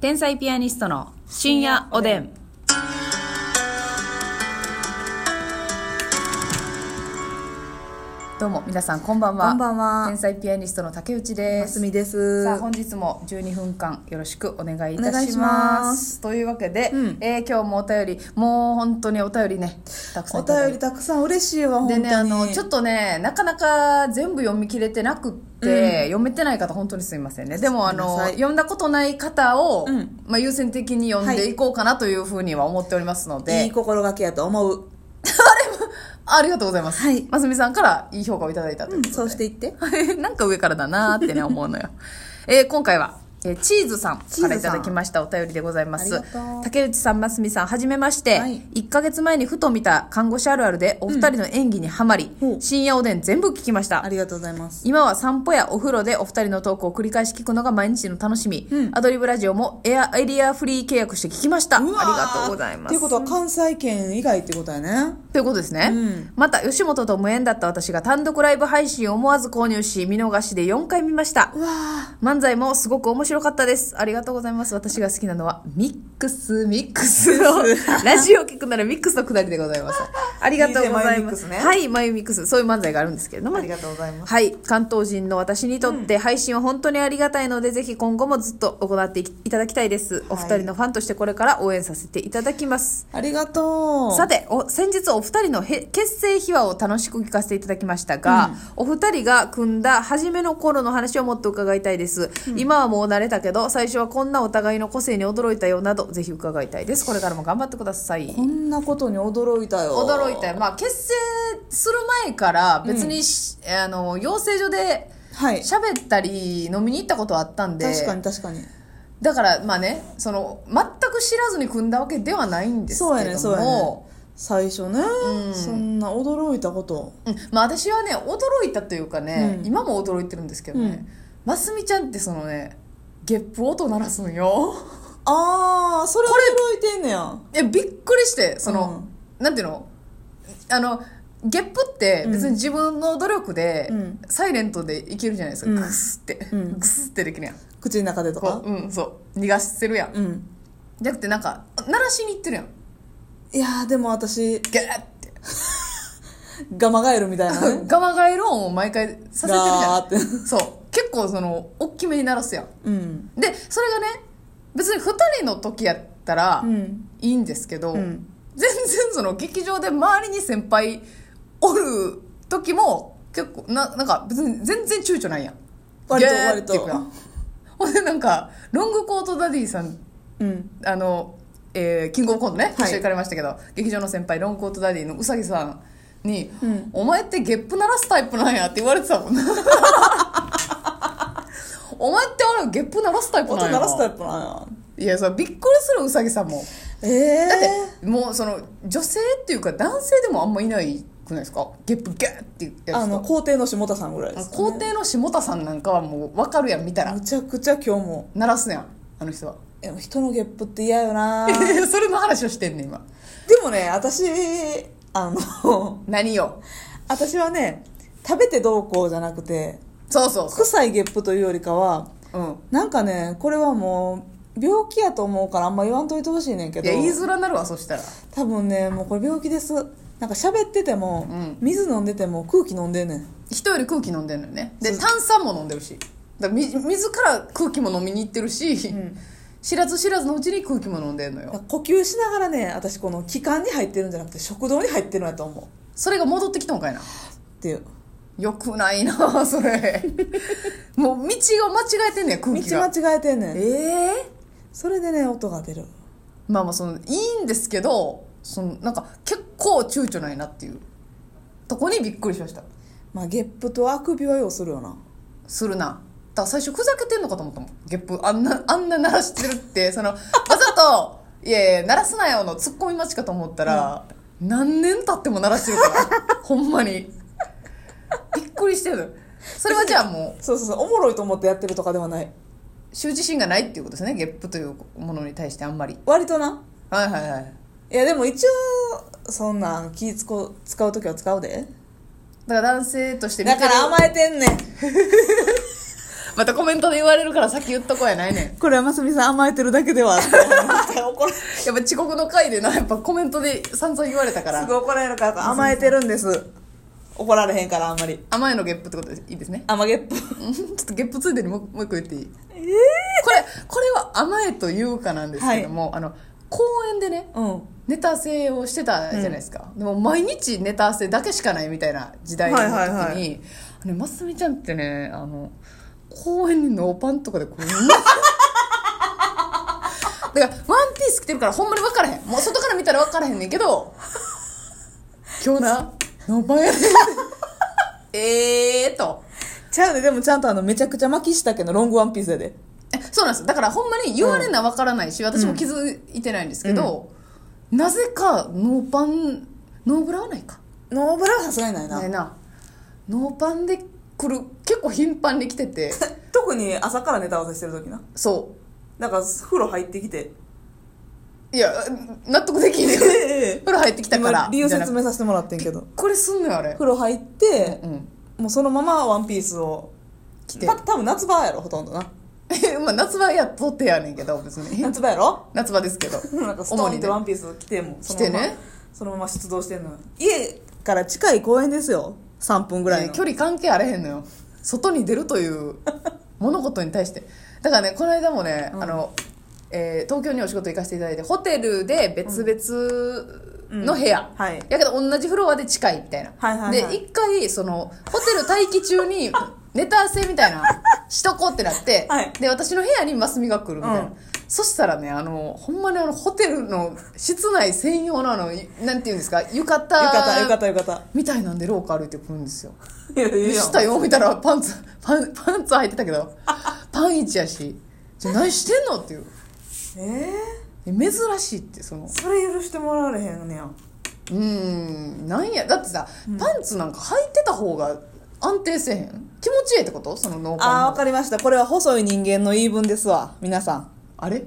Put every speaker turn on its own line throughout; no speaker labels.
天才ピアニストの深夜おでん。どうも皆さんこんばんは。
こんばんは
天才ピアニストの竹内で。
ますすみです。
さあ本日も12分間よろしくお願いいた
お願い
し
し
ます
ます
というわけで、
うん
えー今日もお便りもう本当にお便りねたくさん
お
いただい
便
て
りたくさん嬉しいわ、本当
で
に。
ねあのちょっとねなかなか全部読み切れてなくって、読めてない方本当にすみませんねでもあ
ごめん
の
なさい
読んだことない方を、
うん
まあ、優先的に読んでいこうかなというふうには思っておりますので、
いい心がけやと思う。
ありがとうございます、
はい
ますみさんからいい評価をいただいたということで、
そうしていって。
なんか上からだなーってね思うのよ、 えー今回は、えーチーズさん
チ
か
ーズさん
らいただきましたお便りでございま
あ
す
りがとう
竹内さんますみさんはじめまして、
はい
1ヶ月前にふと見た看護師あるあるでお二人の演技にはまり、
ほう
深夜おでん全部聞きました
ありがとうございます。
今は散歩やお風呂でお二人のトークを繰り返し聞くのが毎日の楽しみ、
うん
アドリブラジオもエアエリアフリー契約して聞きましたあり
うわー
がとうございます
っていうことは関西圏以外ってことやね。
ということですね、
うん
また吉本と無縁だった私が単独ライブ配信を思わず購入し見逃しで4回見ました
うわ
漫才もすごく面白かったですありがとうございます私が好きなのはミックスミック スのラジオ聞くならミックスのくだりでございますありがとうございます
いいね
は
マ
いマイミックスそういう漫才があるんですけれども
ありがとうございます。
はい関東人の私にとって配信は本当にありがたいので、ぜひ今後もずっと行っていきいただきたいですお二人のファンとしてこれから応援させていただきます
ありがとう。
さてお先日お二人のへ結成秘話を楽しく聞かせていただきましたが、お二人が組んだ初めの頃の話をもっと伺いたいです、今はもう慣れたけど最初はこんなお互いの個性に驚いたよなどぜひ伺いたいですこれからも頑張ってください
こんなことに驚いたよ。
驚いたよ、。まあ、結成する前から別にし、あの養成所で
はい。
喋ったり飲みに行ったことはあったんで
確かに確かに。
だからまあねその全く知らずに組んだわけではないんですけ
そうや
れ
ね、
ど
そうやね
も。
最初ね、そんな驚いたこと。
うんまあ、私はね驚いたというかね、
うん
今も驚いてるんですけどね、
うん
ますみちゃんってそのねゲップ音鳴らすんよ
あー、それ驚いてんねや。
いやびっくりしてその、なんていうのあのゲップって別に自分の努力で、
うん
サイレントでいけるじゃないですか、
うん
グスって、
うん
グスってできるやん
口の中でと
こ
か
う。うんそう逃がしてるやん、
うん。
じゃなくてなんか鳴らしにいってるやん
いやー、でも私、
ゲーって
ガマガエルみたいなね。
ガマガエル音を毎回させてるじゃん
ガーって
そう結構その大きめに鳴らすやん
うん。
でそれがね別に2人の時やったら
うん。
いいんですけど、
うん
全然その劇場で周りに先輩おる時も結構ななんか別に全然躊躇ないやん
割と
ギャー
割
っていくや
と
ん。ほんでなんかロングコートダディさん
うん。
あの、えーキングオブコントね決
はい
勝行かれましたけど、劇場の先輩ロングコートダディのうさぎさんに、
うん
お前ってゲップ鳴らすタイプなんや」って言われてたも んなお前ってあれゲップ鳴らすタイプ
音
なんや
鳴らすタイプなん
いやそれびっくりするうさぎさんも
や。え
だってもうその女性っていうか男性でもあんまいないくないですかゲップギャーってやつ
あの、
と
皇帝の下田さんぐらいです、ね。
皇帝の下田さんなんかはもう分かるやん見たら
むちゃくちゃ今日も。
鳴らすやんあの人は
え人のゲップって嫌よな で
それの話をしてんねん今
もね、私、あの、
何よ
私はね、食べてどうこうじゃなくて、
そうそうそ
臭いゲップというよりかは、
ううん
なんかね、これはもう、病気やと思うからあんま言わんといてほしいねんけ
い
ど。
や言いづらなるわそしたら
多分ねもうこれ病気ですなんか喋ってても、
うん
水飲んでても空気飲んでんねん
人より空気飲んでんのよねで
そう
炭酸も飲んでるしだからみ水から空気も飲みに行ってるし、
ん
知らず知らずのうちに空気も飲んでんのよ
だから呼吸しながらね私この気管に入ってるんじゃなくて食道に入ってるんやと思う
それが戻ってきたんかいな
っていう
よくないな そ れもう道を間違えてんねん
道
空気が
間違えてんねん
ええ
それでね音が出る
まあまあそのいいんですけどそのなんか結構躊躇ないなっていうとこにびっくりしました
まあゲップとあくびはようするよな
するなだから最初ふざけてんのかと思ったもんゲップあんなあんな鳴らしてるってそのわざと 「いやいや鳴らすなよ」のツッコミ待ちかと思ったら、何年経っても鳴らしてるから ほんまにびっくりしてるそれはじゃあもう
そうそうそうおもろいと思ってやってるとかではない
羞恥心がないっていうことですねゲップというものに対してあんまり
割とな
はいはいはい
いやでも一応そんなん気使う使う時は使うで
だから男性として見
だ
てる
から甘えてんねん
またコメントで言われるから先言っとこうやないねん
これはますみさん甘えてるだけ ではって怒ら
やっぱ遅刻の回でなやっぱコメントで散々言われたか
す
ら
ぐ怒られるから甘えてるんです怒られへんからあんまり
甘いのゲップってことでいいですね
甘ゲップ
うん ちょっとゲップついでにもうもう一個言っていいこれこれは甘えというかなんですけども、あの公園でね
うん
ネタ合わせをしてたじゃないですか、でも毎日ネタ合わせだけしかないみたいな時代の時に、
はいはいはい
あのねますみちゃんってねあの公園にノーパンとかでこうだ からワンピース着てるからほんまに分からへんもう外から見たら分からへんねんけど 今日なノーパンやねん ええと
ちゃうででもちゃんとあのめちゃくちゃ巻きしたけどロングワンピースやで
えそうなんですだからほんまに言われな分からないし、私も気づいてないんですけど、なぜかノーパンノーブラはないか
ノーブラはさすがにないな、
ねえなノーパンで来る結構頻繁に来て て
特に朝からネタ合わせしてる時な
そ
なんか風呂入ってき て
ういや納得できんねん 風
え
呂入ってきたから
今理由
じゃな
説
く
明させてもらってんけど
これすんのよあれ
風呂入って
う、ん
もうそのままワンピースを
着て
た多分夏場やろほとんどな
まあ夏場やっとってやねんけど別 に
夏場やろ
夏場ですけど
なんかスト
主
ーン
に
って
ね
ワンピース着てもうそ
着
のま
て
ま
ね
そのまま出動してんのよ家から近い公園ですよ3分ぐらい
ね
の、
距離関係あれへんのよ外に出るという 物事に対してだからねこの間もね、
うん
あのえー東京にお仕事行かせていただいてホテルで別々の部屋、
うんはい
やけど同じフロアで近いみたいな、
はいはいはい
で一回そのホテル待機中 にネタ合わせみたいなしとこうってなって、
はい
で私の部屋にマスミが来るみたいな、
うん
そしたらねあのほんまにあのホテルの室内専用のあのいなんていうんですか浴衣
浴衣浴衣浴衣
みたいなんで廊下歩いてくるんですよ
いやいやいや
下よう見たらパンツパンパンツ履いてたけ どパンイチやしじゃあ何してんのっていう
えー、
珍しいってその
それ許してもらわれへんねや
うーんなんやだってさ、パンツなんか履いてた方が安定せえへん気持ちいいってことそのノーパン
あ
の
あーわかりましたこれは細い人間の言い分ですわ皆さん
あれ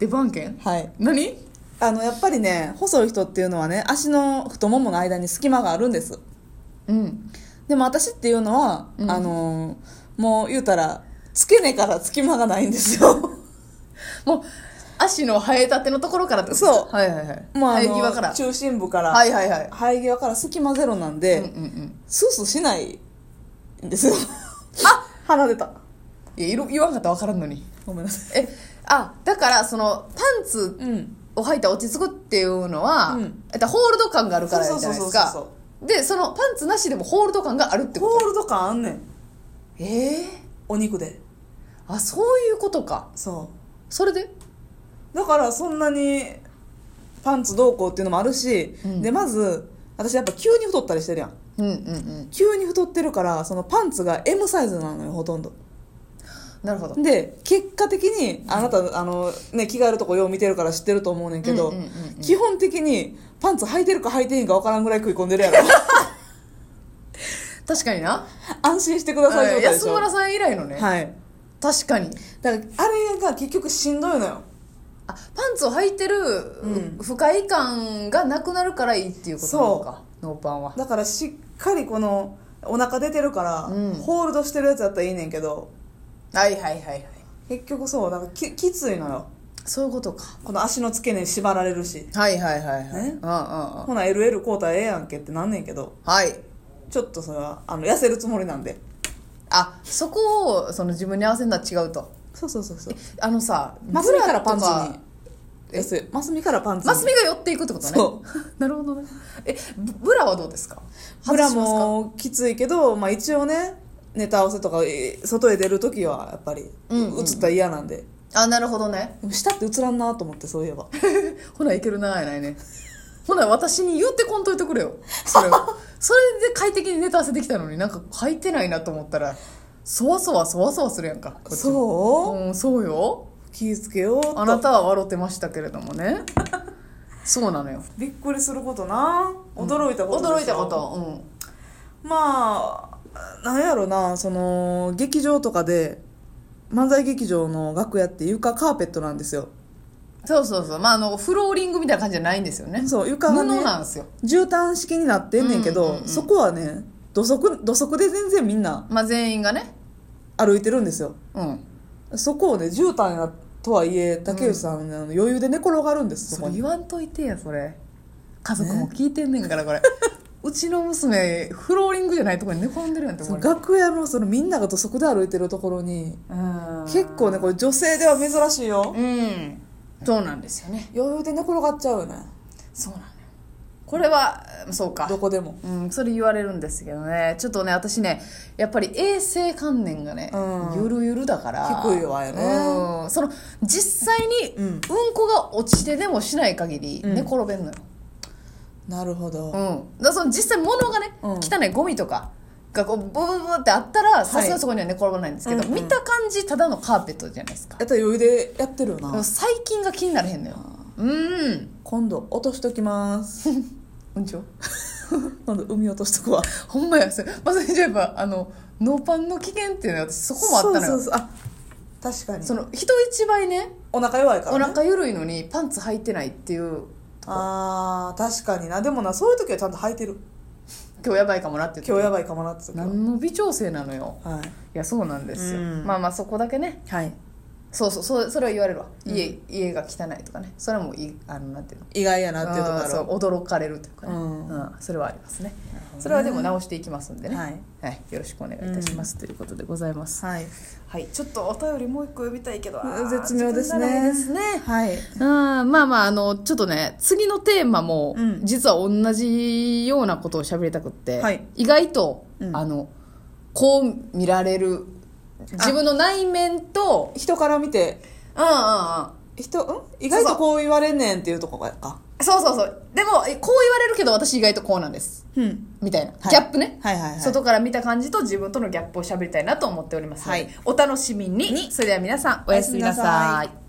出番券
はい
何
あのやっぱりね細い人っていうのはね足の太ももの間に隙間があるんです
うん
でも私っていうのは、
うん
あのーもう言うたら付け根から隙間がないんで すよ
もう足の生えたてのところからってこと
そう
はいはいはい
もうあ
生え
の
際から
中心部から、
はいはいはい
生え際から隙間ゼロなんで、
うんうんうん
スースーしないんですよあ鼻出た
いやいろ言わんかったら分からんのに
ごめんなさい
えあだからそのパンツ
うん
を履いて落ち着くっていうのは、
うん
えっとホールド感があるからじゃないで
そう
す
そうそうそ
か
う
でそのパンツなしでもホールド感があるって
ホ
こ
ールド感あんねん
とええ
お肉で
あそういうことか
そう
それで
だからそんなにパンツどうこうっていうのもあるし、
うん
でまず私やっぱ急に太ったりしてるやん
うんうんうん
急に太ってるからそのパンツが M サイズなのよほとんど
なるほど
で結果的にあなた、あのね、着替えるとこよう見てるから知ってると思うねんけど、
うんうんうんうん
基本的にパンツ履いてるか履いてへんか分からんぐらい食い込ん でるやろ
確かにな
安心してください状
うん
態でし
安
ょ
村さん以来のね、
はい
確かに
だからあれが結局しんどいのよ
あパンツを履いてる、
うん
不快感がなくなるからいいっていうことなのかノーパンは
だからしっかりこのお腹出てるから、
うん
ホールドしてるやつだったらいいねんけど
はいはいはいはい
結局そうなんかききついのよ
そういうことか
この足の付け根縛られるし
はいはいはいはい、
ね
うんうんうんは
ほな LL 買うたらええやんけってなんねんけど
い
ちょっとそれはあの痩せるつもりなんで
あそこをその自分に合わせるのは違うと
そうそうそうそう
あのさ
マスミからパンツ
ブラとか
に痩せマスミからパンツに
マスミが寄っていくってことね
そう
なるほどねえブブラはどうですか
ブラ
外しま
もきついけど、まあ、一応ねネタ合わせとかえー外へ出る時はやっぱり
うんうん
映ったら嫌なんで、
すかあなるほどね
でも下って映らんなと思ってそういえば
ほないけるなやないねほな私に言ってこんといてくれよそれ をそれで快適にネタ合わせできたのになんか履いてないなと思ったらそわそわそわそわするやんかこっちも
そう、
うん、そうよ
気ぃつけようと
あなたは笑ってましたけれども ねそうなのよ
びっくりすることな驚いたことでしょ、
驚いたこと
まあなんやろなその劇場とかで漫才劇場の楽屋って床カーペットなんですよ
うんそうそうそうまああのフローリングみたいな感じじゃないんですよね
そう床が
布
ね
なんですよ
絨毯式になってんねんけど、
うんうんうん
そこはね土足土足で全然みんな
まあ全員がね
歩いてるんですよ
うん
そこをね絨毯やとはいえ竹内さん、あの余裕で寝転がるんですそ
そ
こ
れ
に
言わんといてやそれ家族も聞いてんねんからこれ、うちの娘フローリングじゃないところに寝込んでるやんって
そ
思
の
うよ
楽屋のそのみんなが土足で歩いてるところに
うん
結構ねこれ女性では珍しいよ
うんそうなんですよね
余裕で寝転がっちゃうよね
そうなのよこれはそうか
どこでも
うん、それ言われるんですけどねちょっとね私ねやっぱり衛生観念がね、
うん
ゆるゆるだから
低いわよね
うん、その実際に
うん
うんこが落ちてでもしない限り
うん
寝転べんのよ、
なるほ
う
ど、
ん、だからその実際物がね、
うん
汚いゴミとかがこうブブブブってあったらさすがにそこには寝転ばないんですけど、
うんうん
見た感じただのカーペットじゃないですか、
やったら余裕でやってるよ
でも
な
細菌が気になれへんのようん
今度落としときます
うんちょ
今度海落としとくわ
ほんまやそれまさにじゃあやっぱあのノーパンの危険っていうのは私そこもあったのよ
そうそうそうあ確かに
その人一倍ね
お腹弱いから、
お
ね、
腹ゆるいのにパンツ履いてないっていう
あー確かになでもなそういう時はちゃんと履いてる
今日やばいかもなって言
今
って
日やばいかもなって時は
何の微調整なのよ
はい
いやそうなんですよ
うん
まあまあそこだけね
はい
そうそうそうそれは言われるわ、家家が汚いとかねそれはもういあのなんていうの
意外やなっていうところ
あーそう驚かれるというかね、う
うんん
それはありますね
ほどね
それはでも直していきますんでね、
はい
はいよろしくお願いいたします、ということでございます
はい
はいちょっとお便りもう一個読みたいけどあー
絶妙です
時間がない
ね
ですね
はい
うんまあまああのちょっとね次のテーマも、
うん
実は同じようなことを喋りたくって、
はい
意外と、
うん
あのこう見られる自分の内面と
人から見て
うんうんうん
人ん意外とこう言われんねんっていうとこがか
そうそうそうでもえこう言われるけど私意外とこうなんです
うん
みたいな、
はい
ギャップね、
はいはいはい
外から見た感じと自分とのギャップを喋りたいなと思っておりますので、
はい
お楽しみにそれでは皆さんおやすみな
おやすみな
さ
さ
い
い